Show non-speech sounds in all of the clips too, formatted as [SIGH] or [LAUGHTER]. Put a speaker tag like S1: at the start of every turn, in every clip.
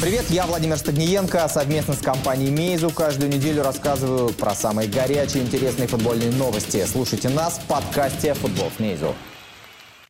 S1: Привет, я Владимир Стадниенко. Совместно с компанией «Мейзу» каждую неделю рассказываю про самые горячие интересные футбольные новости. Слушайте нас в подкасте «Футбол с Мейзу».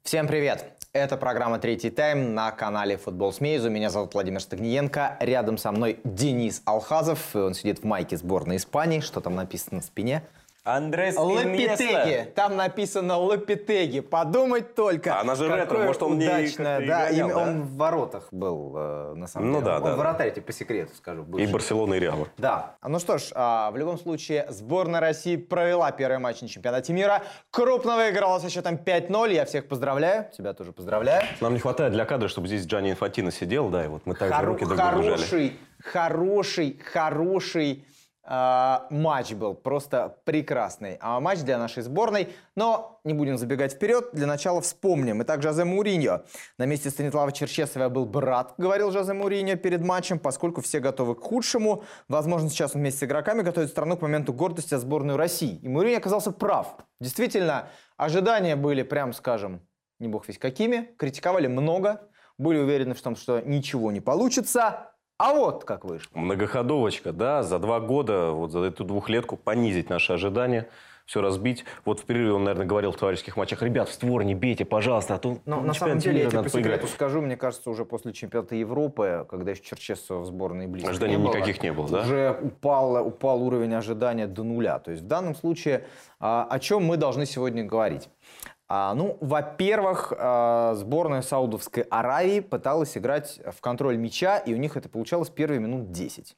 S1: Всем привет! Это программа «Третий тайм» на канале «Футбол с Мейзу». Меня зовут Владимир Стагниенко. Рядом со мной Денис Алхазов. Он сидит в майке сборной Испании. Что там написано на спине?
S2: Андрес
S1: Лапитеги. Там написано Лапитеги. Подумать только.
S2: А она же ретро,
S1: Какое
S2: может, он мне и
S1: удачное,
S2: как-то и
S1: да,
S2: гонял,
S1: имя-
S2: да?
S1: Он в воротах был, э, на самом
S2: Ну
S1: деле.
S2: да,
S1: он
S2: да, да.
S1: вратарь, я тебе по секрету скажу.
S2: И
S1: бывший.
S2: Барселона, и Реала.
S1: Да. Ну что ж, а, в любом случае, сборная России провела первый матч на чемпионате мира. Крупно выиграла со счетом 5-0. Я всех поздравляю. Тебя тоже поздравляю.
S2: Нам не хватает для кадра, чтобы здесь Джани Инфантино сидел, да, и вот мы также
S1: Хоро-
S2: руки друг другу жали.
S1: хороший, хороший, хороший э, матч был. Просто прекрасный. А матч для нашей сборной. Но не будем забегать вперед. Для начала вспомним. Итак, Жозе Муриньо. На месте Станислава Черчесова был бы рад, говорил Жозе Муриньо перед матчем, поскольку все готовы к худшему. Возможно, сейчас он вместе с игроками готовит страну к моменту гордости за сборную России. И Муриньо оказался прав. Действительно, ожидания были, прям скажем, не бог весь какими. Критиковали много, были уверены в том, что ничего не получится. А вот как вышло.
S2: Многоходовочка, да, за два года, вот за эту двухлетку понизить наши ожидания, все разбить. Вот в перерыве он, наверное, говорил в товарищеских матчах, ребят, в створ не бейте, пожалуйста, а то
S1: Но
S2: на
S1: на самом
S2: чемпионате
S1: деле, я
S2: мира
S1: тебе по
S2: надо поиграть.
S1: секрету скажу, мне кажется, уже после чемпионата Европы, когда еще Черчесова в сборной близко
S2: Ожиданий
S1: не было,
S2: никаких не было, да?
S1: уже упал, упал уровень ожидания до нуля. То есть в данном случае а, о чем мы должны сегодня говорить? А, ну, во-первых, а, сборная Саудовской Аравии пыталась играть в контроль мяча, и у них это получалось первые минут 10.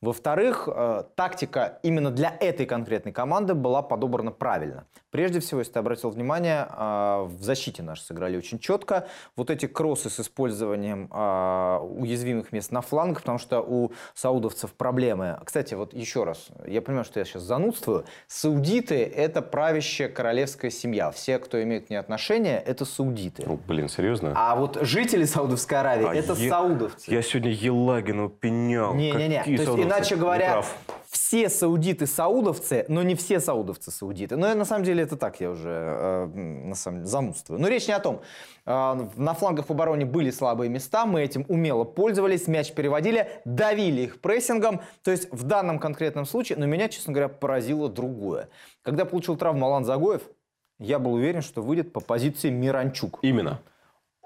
S1: Во-вторых, э, тактика именно для этой конкретной команды была подобрана правильно. Прежде всего, если ты обратил внимание, э, в защите наши сыграли очень четко. Вот эти кроссы с использованием э, уязвимых мест на флангах, потому что у саудовцев проблемы. Кстати, вот еще раз, я понимаю, что я сейчас занудствую. Саудиты – это правящая королевская семья. Все, кто имеет к ней отношение, это саудиты.
S2: Ну, блин, серьезно?
S1: А вот жители Саудовской Аравии
S2: А
S1: это
S2: е-
S1: саудовцы.
S2: Я сегодня Елагину пенял.
S1: Не-не-не, то
S2: Какие
S1: есть,
S2: саудовцы?
S1: иначе говоря,
S2: Неправ.
S1: все саудиты саудовцы, но не все саудовцы саудиты. Но на самом деле это так, я уже э, м, на самом деле занудствую. Но речь не о том. Э, на флангах в обороне были слабые места, мы этим умело пользовались, мяч переводили, давили их прессингом. То есть в данном конкретном случае, но меня, честно говоря, поразило другое. Когда получил травму Алан Загоев, я был уверен, что выйдет по позиции Миранчук.
S2: Именно.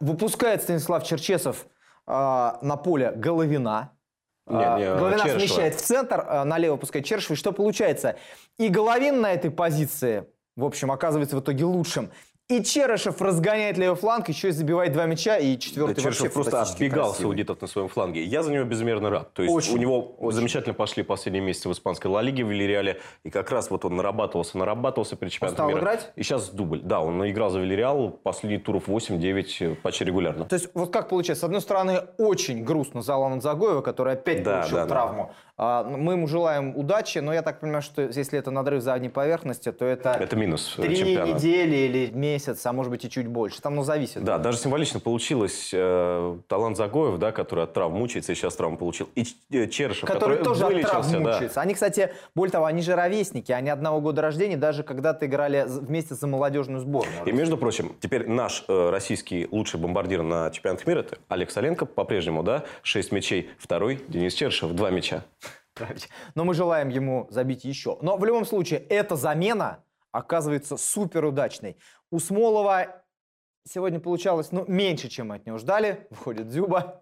S1: Выпускает Станислав Черчесов э, на поле Головина.
S2: Не,
S1: А,
S2: не,
S1: Головина
S2: Чершева.
S1: смещает в центр, а, налево пускает Чершев. И что получается? И Головин на этой позиции, в общем, оказывается в итоге лучшим. И Черышев разгоняет левый фланг, еще и забивает два мяча, и четвертый
S2: Да,
S1: вообще
S2: Черышев просто
S1: фантастически
S2: отбегал
S1: красивый.
S2: саудитов на своем фланге. Я за него безмерно рад. То есть
S1: Очень,
S2: у него
S1: очень.
S2: замечательно пошли последние месяцы в испанской Ла Лиге в Вильяреале. И как раз вот он нарабатывался, нарабатывался перед чемпионатом
S1: стал
S2: мира.
S1: играть?
S2: И сейчас дубль. Да, он играл за Вильяреал последние туров 8-9 почти регулярно.
S1: То есть вот как получается, с одной стороны, очень грустно за Алана Загоева, который опять
S2: Да,
S1: получил
S2: да, да.
S1: травму. А, ну, мы ему желаем удачи, но я так понимаю, что если это надрыв задней поверхности, то это
S2: Это минус э,
S1: три
S2: чемпионата.
S1: недели или месяц, а может быть и чуть больше. Там, ну, зависит.
S2: Да, даже символично получилось э, талант Загоев, да, который от травм мучается и сейчас травму получил. И Ч- э, Черышев,
S1: который,
S2: который,
S1: тоже от травм
S2: вылечился, да.
S1: мучается. Они, кстати, более того, они же ровесники, они одного года рождения, даже когда-то играли з- вместе за молодежную сборную.
S2: И, между прочим, теперь наш э, российский лучший бомбардир на чемпионатах мира это Олег Соленко по-прежнему, да? Шесть мячей. Второй Денис Черышев, два мяча.
S1: Но мы желаем ему забить еще. Но в любом случае, эта замена оказывается суперудачной. У Смолова сегодня получалось, ну, меньше, чем мы от него ждали. Входит Дзюба,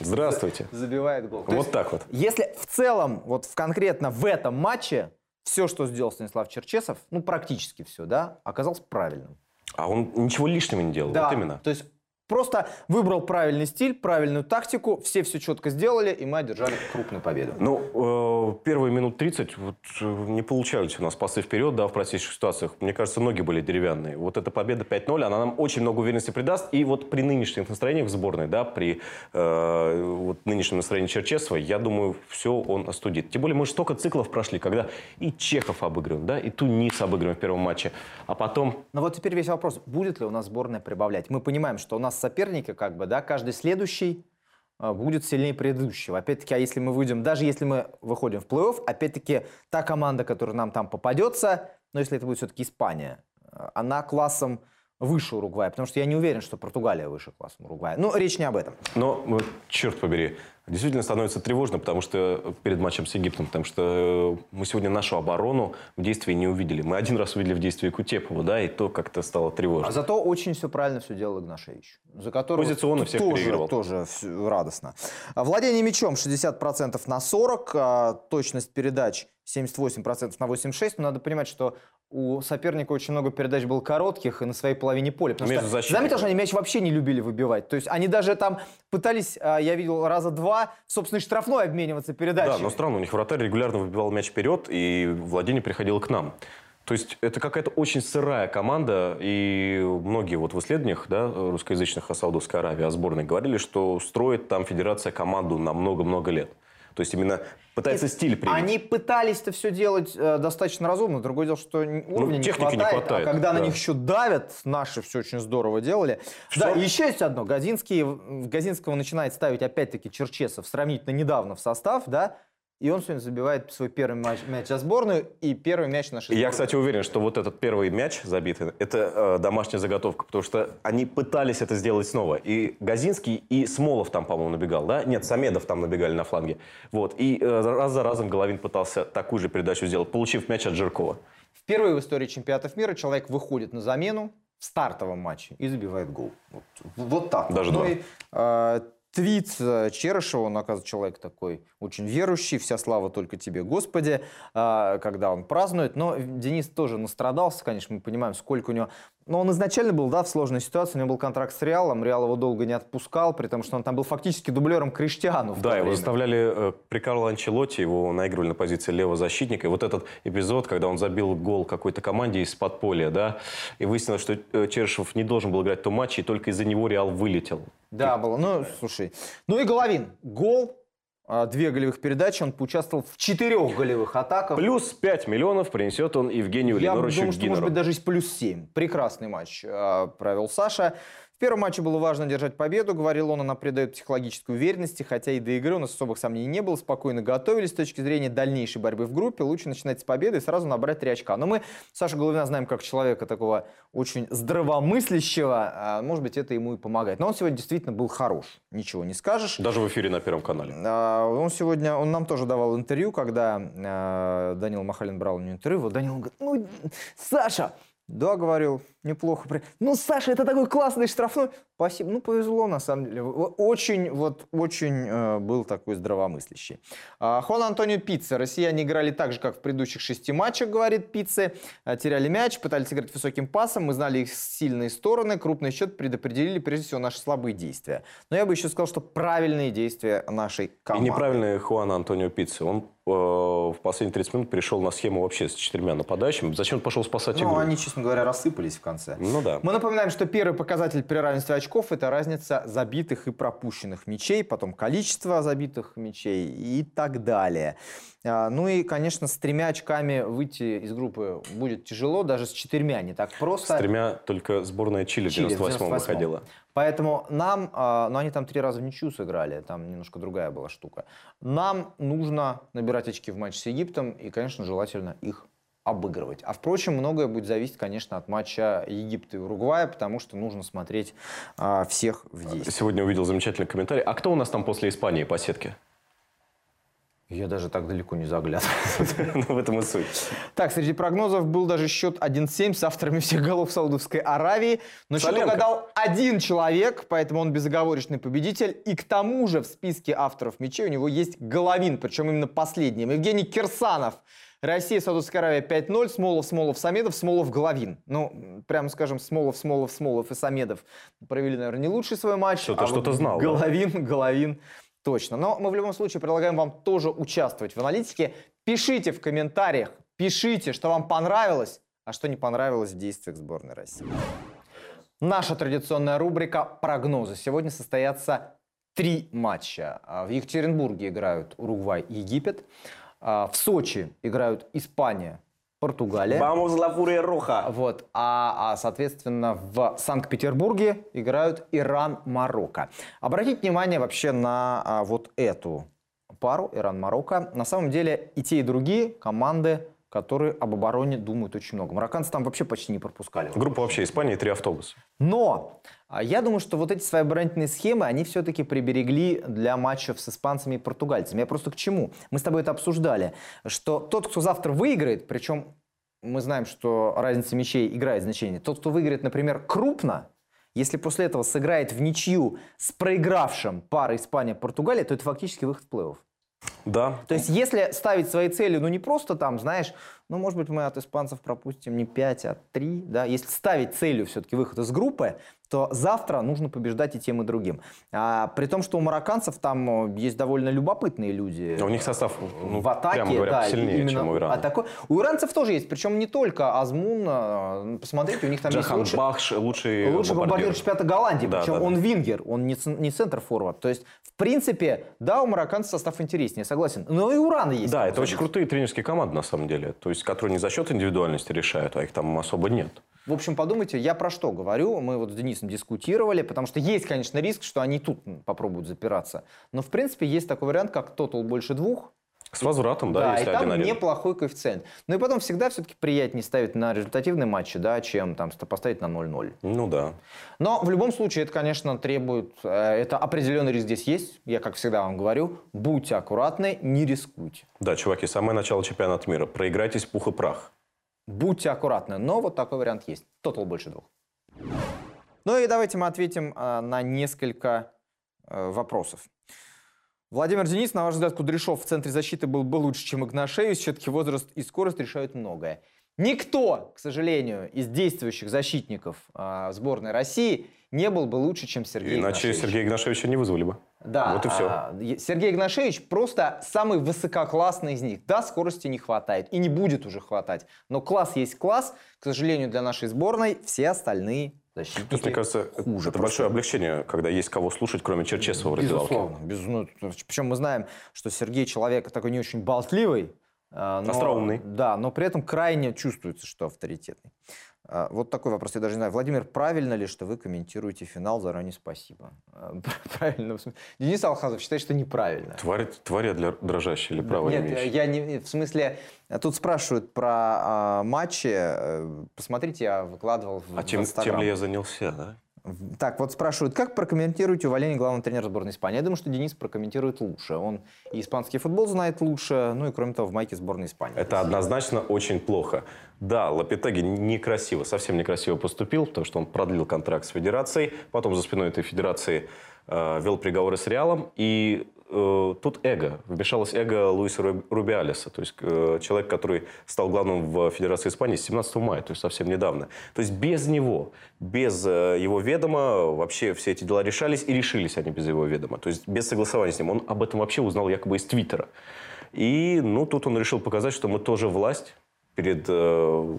S2: Здравствуйте.
S1: забивает гол. То есть
S2: вот так вот.
S1: Если в целом, вот в конкретно в этом матче, все, что сделал Станислав Черчесов, ну, практически все, да, оказалось правильным.
S2: А он ничего лишнего не делал. Вот именно.
S1: То есть просто выбрал правильный стиль, правильную тактику, все все четко сделали, и мы одержали крупную победу.
S2: Ну, э, первые минут 30 вот, э, не получались у нас пасы вперед, да, в простейших ситуациях. Мне кажется, ноги были деревянные. Вот эта победа 5-0, она нам очень много уверенности придаст. И вот при нынешних настроениях в сборной, да, при э, вот нынешнем настроении Черчесова, я думаю, все он остудит. Тем более мы же столько циклов прошли, когда и Чехов обыгрываем, да, и Тунис обыгрываем в первом матче. А потом
S1: Но вот теперь весь вопрос, будет ли у нас сборная прибавлять? Мы понимаем, что у нас соперники, как бы, да, каждый следующий э, будет сильнее предыдущего. Опять-таки, а если мы выйдем, даже если мы выходим в плей-офф, опять-таки, та команда, которая нам там попадется, но если это будет все-таки Испания, э, она классом выше Уругвая, потому что я не уверен, что Португалия выше классом Уругвая. Но речь не об этом.
S2: Но, вот, черт побери, действительно становится тревожно, потому что перед матчем с Египтом, потому что э, мы сегодня нашу оборону в действии не увидели. Мы один раз увидели в действии Кутепова, да, и то как-то стало тревожно.
S1: А зато очень все правильно все делал Игнашевич, за которого
S2: Позиционно
S1: т-
S2: всех
S1: тоже,
S2: переигрывал.
S1: тоже всё радостно. А Владение мячом 60% на 40, а, точность передач 78% на 86. Но надо понимать, что у соперника очень много передач было коротких и на своей половине поля. Потому
S2: Между
S1: что,
S2: защитниками.
S1: заметил, что они мяч вообще не любили выбивать. То есть они даже там пытались, а, я видел раза два, в собственной штрафной обмениваться передачами.
S2: Да, но странно, у них вратарь регулярно выбивал мяч вперед, и владение приходило к нам. То есть это какая-то очень сырая команда, и многие вот в исследованиях да, русскоязычных о Саудовской Аравии, о сборной, говорили, что строит там федерация команду на много-много лет. То есть именно пытается стиль привить.
S1: Они пытались-то все делать э, достаточно разумно. Другое дело, что н- уровня не,
S2: Ну, техники не
S1: хватает,
S2: хватает,
S1: А когда на
S2: да.
S1: них еще давят, наши все очень здорово делали.
S2: Что?
S1: Да, и еще есть одно. Газинский, в Газинского начинает ставить опять-таки Черчесов сравнительно недавно в состав, да, и он сегодня забивает свой первый матч, мяч за сборную и первый мяч нашей
S2: И я,
S1: сборной.
S2: кстати, уверен, что вот этот первый мяч забитый, это э, домашняя заготовка, потому что они пытались это сделать снова. И Газинский, и Смолов там, по-моему, набегал, да? Нет, Самедов там набегали на фланге. Вот, и э, раз за разом Головин пытался такую же передачу сделать, получив мяч от Жиркова.
S1: Впервые в истории чемпионатов мира человек выходит на замену в стартовом матче и забивает гол. Вот, вот так. вот.
S2: Даже
S1: ну
S2: два.
S1: и, э, твит э, Черышева, он, оказывается, человек такой очень верующий, вся слава только тебе, Господи, э, когда он празднует. Но Денис тоже настрадался, конечно, мы понимаем, сколько у него... Но он изначально был, да, в сложной ситуации, у него был контракт с Реалом, Реал его долго не отпускал, при том, что он там был фактически дублером Криштиану. в то
S2: Да, его
S1: время.
S2: заставляли э, при Карло Анчелотти, его наигрывали на позиции левого защитника. И вот этот эпизод, когда он забил гол какой-то команде из подполья, да, и выяснилось, что э, Черышев не должен был играть в том матче, и только из-за него Реал вылетел.
S1: Да, было. Ну, слушай. Ну и Головин. Гол, а, две голевых передачи. Он поучаствовал в четырех голевых атаках.
S2: Плюс 5 миллионов принесет он Евгению
S1: Я думаю,
S2: Леноровичу
S1: что, может
S2: Гинеру.
S1: быть, даже из плюс 7. Прекрасный матч а, провел Саша. В первом матче было важно держать победу, говорил он, она придает психологической уверенности, хотя и до игры у нас особых сомнений не было, спокойно готовились с точки зрения дальнейшей борьбы в группе, лучше начинать с победы и сразу набрать три очка. Но мы Саша Головина знаем как человека такого очень здравомыслящего, а, может быть, это ему и помогает. Но он сегодня действительно был хорош, ничего не скажешь.
S2: Даже в эфире на Первом канале.
S1: А, Он сегодня, он нам тоже давал интервью, когда э, Данил Махалин брал у него интервью. Вот Данил говорит, ну, Саша, да, говорил, неплохо. при- Ну, Саша, это такой классный штрафной. Спасибо. Ну, повезло, на самом деле. Во- Очень, вот, очень э, был такой здравомыслящий. А, Хуан Антонио Пицца. Россияне играли так же, как в предыдущих шести матчах, говорит Пицце. А, Теряли мяч, пытались играть высоким пасом. Мы знали их сильные стороны. Крупный счет предопределили, прежде всего, наши слабые действия. Но я бы еще сказал, что правильные действия нашей
S2: И
S1: команды.
S2: неправильный Хуана Антонио Пицци. Он э, в последние 30 минут перешел на схему вообще с четырьмя нападающими. Зачем он пошел спасать
S1: Ну,
S2: игру?
S1: они, честно говоря, рассыпались в конце.
S2: Ну да.
S1: Мы напоминаем, что первый показатель при равенстве очков – это разница забитых и пропущенных мячей, потом количество забитых мячей и так далее. А, Ну и, конечно, с тремя очками выйти из группы будет тяжело, даже с четырьмя не так просто.
S2: С тремя только сборная Чили в
S1: Чили в
S2: 98-м
S1: 98-м.
S2: выходила.
S1: Поэтому нам, а, ну они там три раза в ничью сыграли, там немножко другая была штука. Нам нужно набирать очки в матче с Египтом и, конечно, желательно их обыгрывать. А впрочем, многое будет зависеть, конечно, от матча Египта и Уругвая, потому что нужно смотреть а, всех в действии.
S2: Сегодня увидел замечательный комментарий. А кто у нас там после Испании по сетке? [LAUGHS]
S1: Я даже так далеко не заглядываю.
S2: Ну, в этом и суть.
S1: Так, среди прогнозов был даже счет 1-7 с авторами всех голов Саудовской Аравии. Но счет
S2: Соленко.
S1: угадал один человек, поэтому он безоговорочный победитель. И к тому же в списке авторов мячей у него есть Головин, причем именно последним. Евгений Кирсанов. Россия, Саудовская Аравия 5-0, Смолов, Смолов, Самедов, Смолов, Головин. Ну, м, прямо скажем, Смолов, Смолов, Смолов и Самедов провели, наверное, не лучший свой матч. а
S2: Что-то-
S1: вот
S2: что-то знал, да.
S1: Головин, Головин Точно. Но мы в любом случае предлагаем вам тоже участвовать в аналитике. Пишите в комментариях, пишите, что вам понравилось, а что не понравилось в действиях сборной России. Наша традиционная рубрика «Прогнозы». Сегодня состоятся три матча. А, В Екатеринбурге играют Уругвай и Египет. а, В Сочи играют Испания, Португалия.
S2: Vamos la furia roja.
S1: Вот. А, а, соответственно, в Санкт-Петербурге играют Иран-Марокко. Обратите внимание вообще на а, вот эту пару Иран-Марокко. На самом деле и те, и другие команды которые об обороне думают очень много. Марокканцы там вообще почти не пропускали.
S2: Группа вообще Испании, три автобуса.
S1: Но а, я думаю, что вот эти свои оборонительные схемы, они все-таки приберегли для матчев с испанцами и португальцами. Я просто к чему? Мы с тобой это обсуждали, что тот, кто завтра выиграет, причем мы знаем, что разница мячей играет значение, тот, кто выиграет, например, крупно, если после этого сыграет в ничью с проигравшим парой Испания-Португалия, то это фактически выход в плей-офф.
S2: Да.
S1: То есть если ставить свои цели, ну не просто там, знаешь, ну может быть мы от испанцев пропустим не 5, а 3, да, если ставить целью все-таки выход из группы, то завтра нужно побеждать и тем, и другим. А, при том, что у марокканцев там э, есть довольно любопытные люди.
S2: У них состав, ну,
S1: в атаке,
S2: прямо говоря,
S1: да,
S2: сильнее,
S1: именно
S2: чем у Ирана.
S1: атаку- У иранцев тоже есть, причем не только Азмун. э, Посмотрите, у них там
S2: Джахан
S1: есть лучше-
S2: Бахш лучший,
S1: Лучший бомбардир чемпионата Голландии,
S2: Да,
S1: причем
S2: да, да.
S1: он вингер, он не, цен- не центр-форвард. То есть, в принципе, да, у марокканцев состав интереснее, согласен. Но и у Ирана есть.
S2: Да,
S1: кому
S2: это очень
S1: забить.
S2: крутые тренерские команды, на самом деле. То есть, которые не за счет индивидуальности решают, а их там особо нет.
S1: В общем, подумайте, я про что говорю. Мы вот с Денисом дискутировали, потому что есть, конечно, риск, что они тут попробуют запираться. Но, в принципе, есть такой вариант, как тотал больше двух.
S2: С возвратом, Ну да,
S1: и
S2: если
S1: там
S2: один-один.
S1: неплохой коэффициент. Ну и потом всегда все-таки приятнее ставить на результативные матчи, да, чем там ст- поставить на 0-0.
S2: Ну да.
S1: Но в любом случае это, конечно, требует... э, Это определенный риск здесь есть. Я, как всегда вам говорю, будьте аккуратны, не рискуйте.
S2: Да, чуваки, самое начало чемпионата мира. Проиграйтесь пух и прах.
S1: Будьте аккуратны, но вот такой вариант есть. Тотал больше двух. Ну и давайте мы ответим а, на несколько э, вопросов. Владимир Денис, на ваш взгляд, Кудряшов в центре защиты был бы лучше, чем Игнашевич. Все-таки возраст и скорость решают многое. Никто, к сожалению, из действующих защитников а, сборной России не был бы лучше, чем Сергей
S2: Иначе
S1: Игнашевич.
S2: Сергея Игнашевича не вызвали бы.
S1: Да,
S2: Вот и всё.
S1: а, Е- Сергей Игнашевич просто самый высококлассный из них. Да, скорости не хватает и не будет уже хватать. Но класс есть класс. К сожалению, для нашей сборной все остальные защитники.
S2: Плюс, мне кажется,
S1: хуже просто.
S2: это большое облегчение, когда есть кого слушать, кроме Черчесова в раздевалке.
S1: безусловно, Причем мы знаем, что Сергей человек такой не очень болтливый. а, но-
S2: Остроумный.
S1: Да, но при этом крайне чувствуется, что авторитетный. А, Вот такой вопрос, я даже не знаю. Владимир, правильно ли, что вы комментируете финал заранее спасибо? А, [LAUGHS] Правильно. в смыс- Денис Алхазов считает, что неправильно.
S2: Тварь, тварь я для дрожащей или право
S1: Нет,
S2: имеющей?
S1: я не... В смысле, тут спрашивают про а, матчи. э, Посмотрите, я выкладывал в
S2: А тем,
S1: Инстаграм.
S2: тем ли я занялся, да?
S1: В- Так, вот спрашивают, как прокомментируете увольнение главного тренера сборной Испании? Я думаю, что Денис прокомментирует лучше. Он и испанский футбол знает лучше, ну и кроме того, в майке сборной Испании.
S2: Это однозначно очень плохо. Да, Лапитеги некрасиво, совсем некрасиво поступил, потому что он продлил контракт с федерацией, потом за спиной этой федерации э, вел приговоры с Реалом, и э, тут эго, вмешалось эго Луиса Ру- Рубиалеса, то есть э, человек, который стал главным в Федерации Испании с 17 мая, то есть совсем недавно. То есть без него, без э, его ведома вообще все эти дела решались, и решились они без его ведома, то есть без согласования с ним. Он об этом вообще узнал якобы из Твиттера. И, ну, тут он решил показать, что мы тоже власть перед э,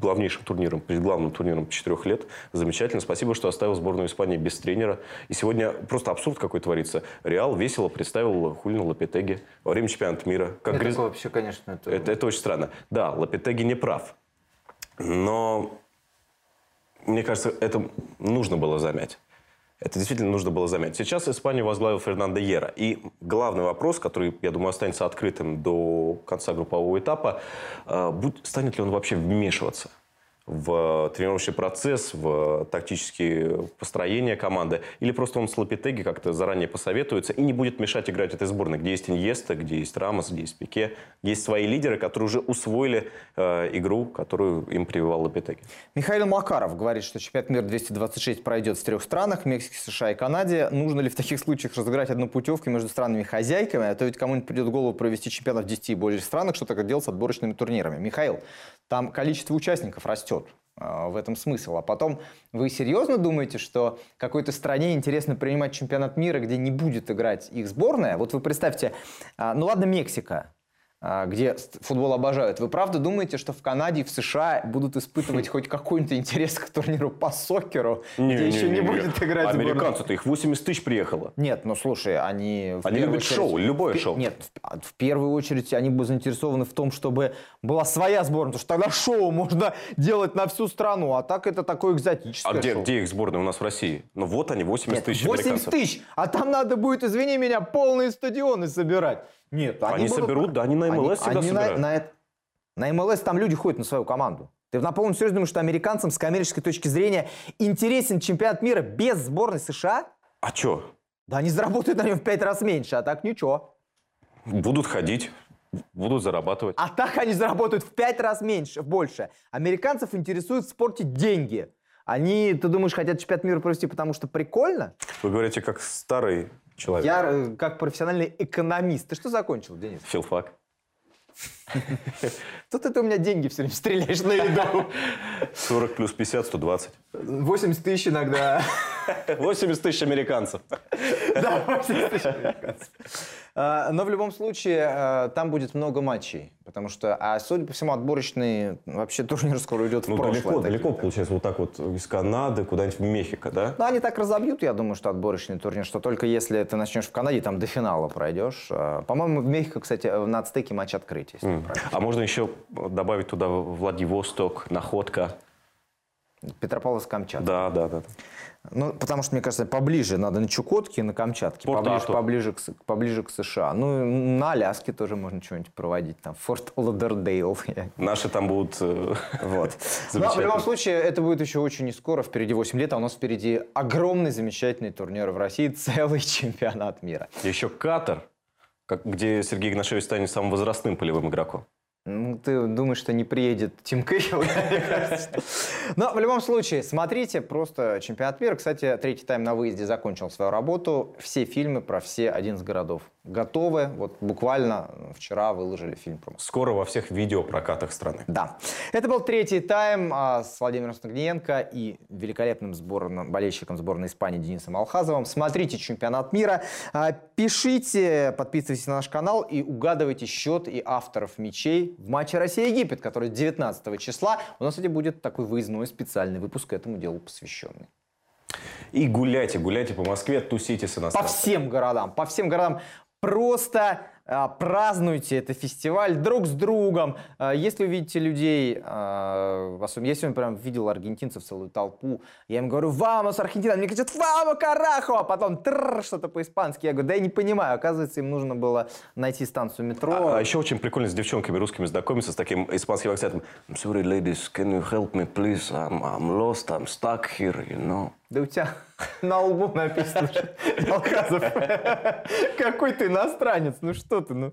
S2: главнейшим турниром, перед главным турниром четырех лет. Замечательно. Спасибо, что оставил сборную Испании без тренера. И сегодня просто абсурд какой творится. Реал весело представил Хулину Лапетеги во время чемпионата мира. Как
S1: Это
S2: Гриз-
S1: такое вообще, конечно, это...
S2: это, это очень странно. Да, Лапетеги не прав. Но мне кажется, это нужно было замять. Это действительно нужно было замять. Сейчас Испанию возглавил Фернандо Ера. И главный вопрос, который, я думаю, останется открытым до конца группового этапа, э, будь- станет ли он вообще вмешиваться в тренировочный процесс, в тактические построения команды, или просто он с Лапитеги как-то заранее посоветуется и не будет мешать играть этой сборной, где есть Иньеста, где есть Рамос, где есть Пике, есть свои лидеры, которые уже усвоили э, игру, которую им прививал Лапитеги.
S1: Михаил Макаров говорит, что чемпионат мира 226 пройдет в трех странах – Мексике, США и Канаде. Нужно ли в таких случаях разыграть одну путевку между странами-хозяйками? А то ведь кому-нибудь придет в голову провести чемпионат в 10 и более странах, что так делать с отборочными турнирами. Михаил, там количество участников растет. А, В этом смысл. А потом, вы серьезно думаете, что какой-то стране интересно принимать чемпионат мира, где не будет играть их сборная? Вот вы представьте, а, ну ладно, Мексика, а, где ст- футбол обожают. Вы правда думаете, что в Канаде и в США будут
S2: [LAUGHS]
S1: испытывать хоть какой-нибудь интерес к турниру по сокеру, где еще не будет играть сборная?
S2: Американцу-то их 80 тысяч приехало.
S1: Нет, ну слушай, они... в
S2: Они
S1: первую
S2: любят шоу, любое
S1: в пе-
S2: шоу.
S1: Нет, в- а, в первую очередь они бы заинтересованы в том, чтобы была своя сборная, потому что тогда шоу можно делать на всю страну, а так это такое экзотическое
S2: А где,
S1: шоу.
S2: где их сборная у нас в России? Ну вот они, 80
S1: Нет,
S2: тысяч
S1: 80
S2: американцев.
S1: тысяч, а там надо будет, извини меня, полные стадионы собирать. Нет,
S2: Они
S1: будут-
S2: соберут, да, они на МЛС всегда
S1: они на-
S2: собирают.
S1: на это- На МЛС там люди ходят на свою команду. Ты на полном серьезе думаешь, что американцам с коммерческой точки зрения интересен чемпионат мира без сборной США?
S2: А что?
S1: Да они заработают на нем в пять раз меньше, а так ничего.
S2: Будут ходить, будут зарабатывать.
S1: А так они заработают в пять раз меньше, больше. Американцев интересуют в спорте деньги. Они, ты думаешь, хотят чемпионат мира провести, потому что прикольно?
S2: Вы говорите, как старый человек.
S1: Я э, как профессиональный экономист. Ты что закончил, Денис?
S2: Филфак.
S1: Тут ты у меня деньги все время стреляешь на еду.
S2: 40 плюс 50, 120.
S1: 80 тысяч иногда.
S2: 80 тысяч американцев.
S1: Да, [LAUGHS] 80 тысяч американцев. А, Но в любом случае а, там будет много матчей, потому что, а судя по всему, отборочный вообще турнир скоро уйдет в
S2: Ну,
S1: прошлое.
S2: далеко,
S1: так же.
S2: далеко, получается, вот так вот из Канады куда-нибудь в Мехико, да?
S1: Ну, они так разобьют, я думаю, что отборочный турнир, что только если ты начнешь в Канаде, там до финала пройдешь. А, По-моему, в Мехико, кстати, на Ацтеке матч открытия. если я
S2: М. А можно еще добавить туда Владивосток, Находка.
S1: правильно. Петропавловск-Камчатка.
S2: Да, да, да.
S1: Ну, потому что, мне кажется, поближе надо на Чукотке и на Камчатке,
S2: Порт
S1: поближе,
S2: Артур.
S1: поближе, к, С- поближе к США. Ну, и на Аляске тоже можно что-нибудь проводить, там, Форт Лодердейл. [LAUGHS] я-
S2: Наши там будут... э,
S1: Вот.
S2: [LAUGHS]
S1: Но Ну, а в
S2: Замечательно.
S1: любом случае, это будет еще очень не скоро, впереди 8 лет, а у нас впереди огромный замечательный турнир в России, [LAUGHS] целый чемпионат мира.
S2: Еще Катар, как- где Сергей Игнашевич станет самым возрастным полевым игроком.
S1: Ну, ты думаешь, что не приедет Тим Кихел? [LAUGHS] мне кажется. [LAUGHS] Но в любом случае, смотрите просто чемпионат мира. Кстати, третий тайм на выезде закончил свою работу. Все фильмы про все 11 городов готовы. Вот буквально вчера выложили фильм про Москву.
S2: Скоро во всех видеопрокатах страны.
S1: Да. Это был третий тайм а, с Владимиром Стогниенко и великолепным сборным, болельщиком сборной Испании Денисом Алхазовым. Смотрите чемпионат мира, а, пишите, подписывайтесь на наш канал и угадывайте счет и авторов мячей в матче Россия-Египет, который 19 числа. У нас, кстати, будет такой выездной специальный выпуск этому делу посвященный.
S2: И гуляйте, гуляйте по Москве, тусите с
S1: По
S2: иностранцами.
S1: всем городам, по всем городам просто а, празднуйте этот фестиваль друг с другом. А, Если увидите людей, а, в особ- я сегодня прям видел аргентинцев целую толпу, я им говорю «Вамос, Аргентина!» Они кричат «Вамо, Карахо!» А потом «Трррр» что-то по-испански. Я говорю «Да я не понимаю». Оказывается, им нужно было найти станцию метро.
S2: А, а еще очень прикольно с девчонками русскими знакомиться, с таким испанским акцентом. I'm sorry, ladies, can you help me, please? I'm, I'm lost, I'm stuck here, you know.
S1: Да у тебя [LAUGHS] на лбу написано что- Алхазов. [LAUGHS] Какой ты иностранец, ну что ты, ну.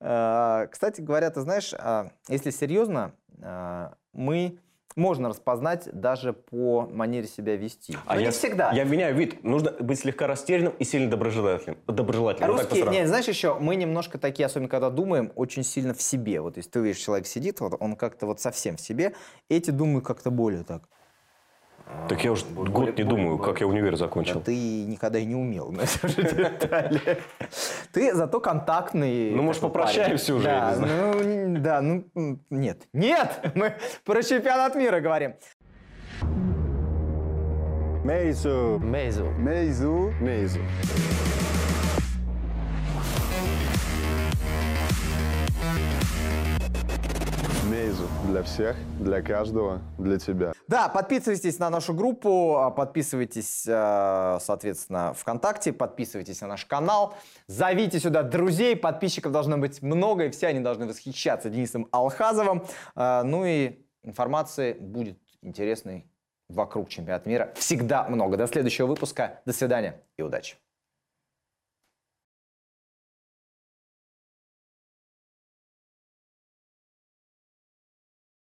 S1: А, Кстати говоря, ты знаешь, а, если серьезно, а, мы можно распознать даже по манере себя вести.
S2: А
S1: Но не
S2: я-
S1: всегда.
S2: Я меняю вид. Нужно быть слегка растерянным и сильно доброжелательным. доброжелательным. Вот так
S1: Русские,
S2: вот сразу.
S1: не, знаешь еще, мы немножко такие, особенно когда думаем, очень сильно в себе. Вот если ты видишь, человек сидит, вот он как-то вот совсем в себе, эти думают как-то более так.
S2: Так я уже год не
S1: более-
S2: думаю,
S1: более-
S2: как я универ
S1: Да
S2: закончил.
S1: ты никогда и не умел на этом же детали. Ты зато контактный.
S2: Ну, может,
S1: такой
S2: попрощаемся
S1: парень.
S2: уже, я не
S1: Да, ну, н- да, ну, м, нет. Нет! Мы про чемпионат мира говорим.
S3: Meizu. Meizu. Meizu. Meizu. Мейзу для всех, для каждого, для тебя.
S1: Да, подписывайтесь на нашу группу, а, подписывайтесь, э, соответственно, ВКонтакте, подписывайтесь на наш канал, зовите сюда друзей, подписчиков должно быть много, и все они должны восхищаться Денисом Алхазовым. Э, Ну и информации будет интересной вокруг чемпионата мира всегда много. До следующего выпуска, до свидания и удачи.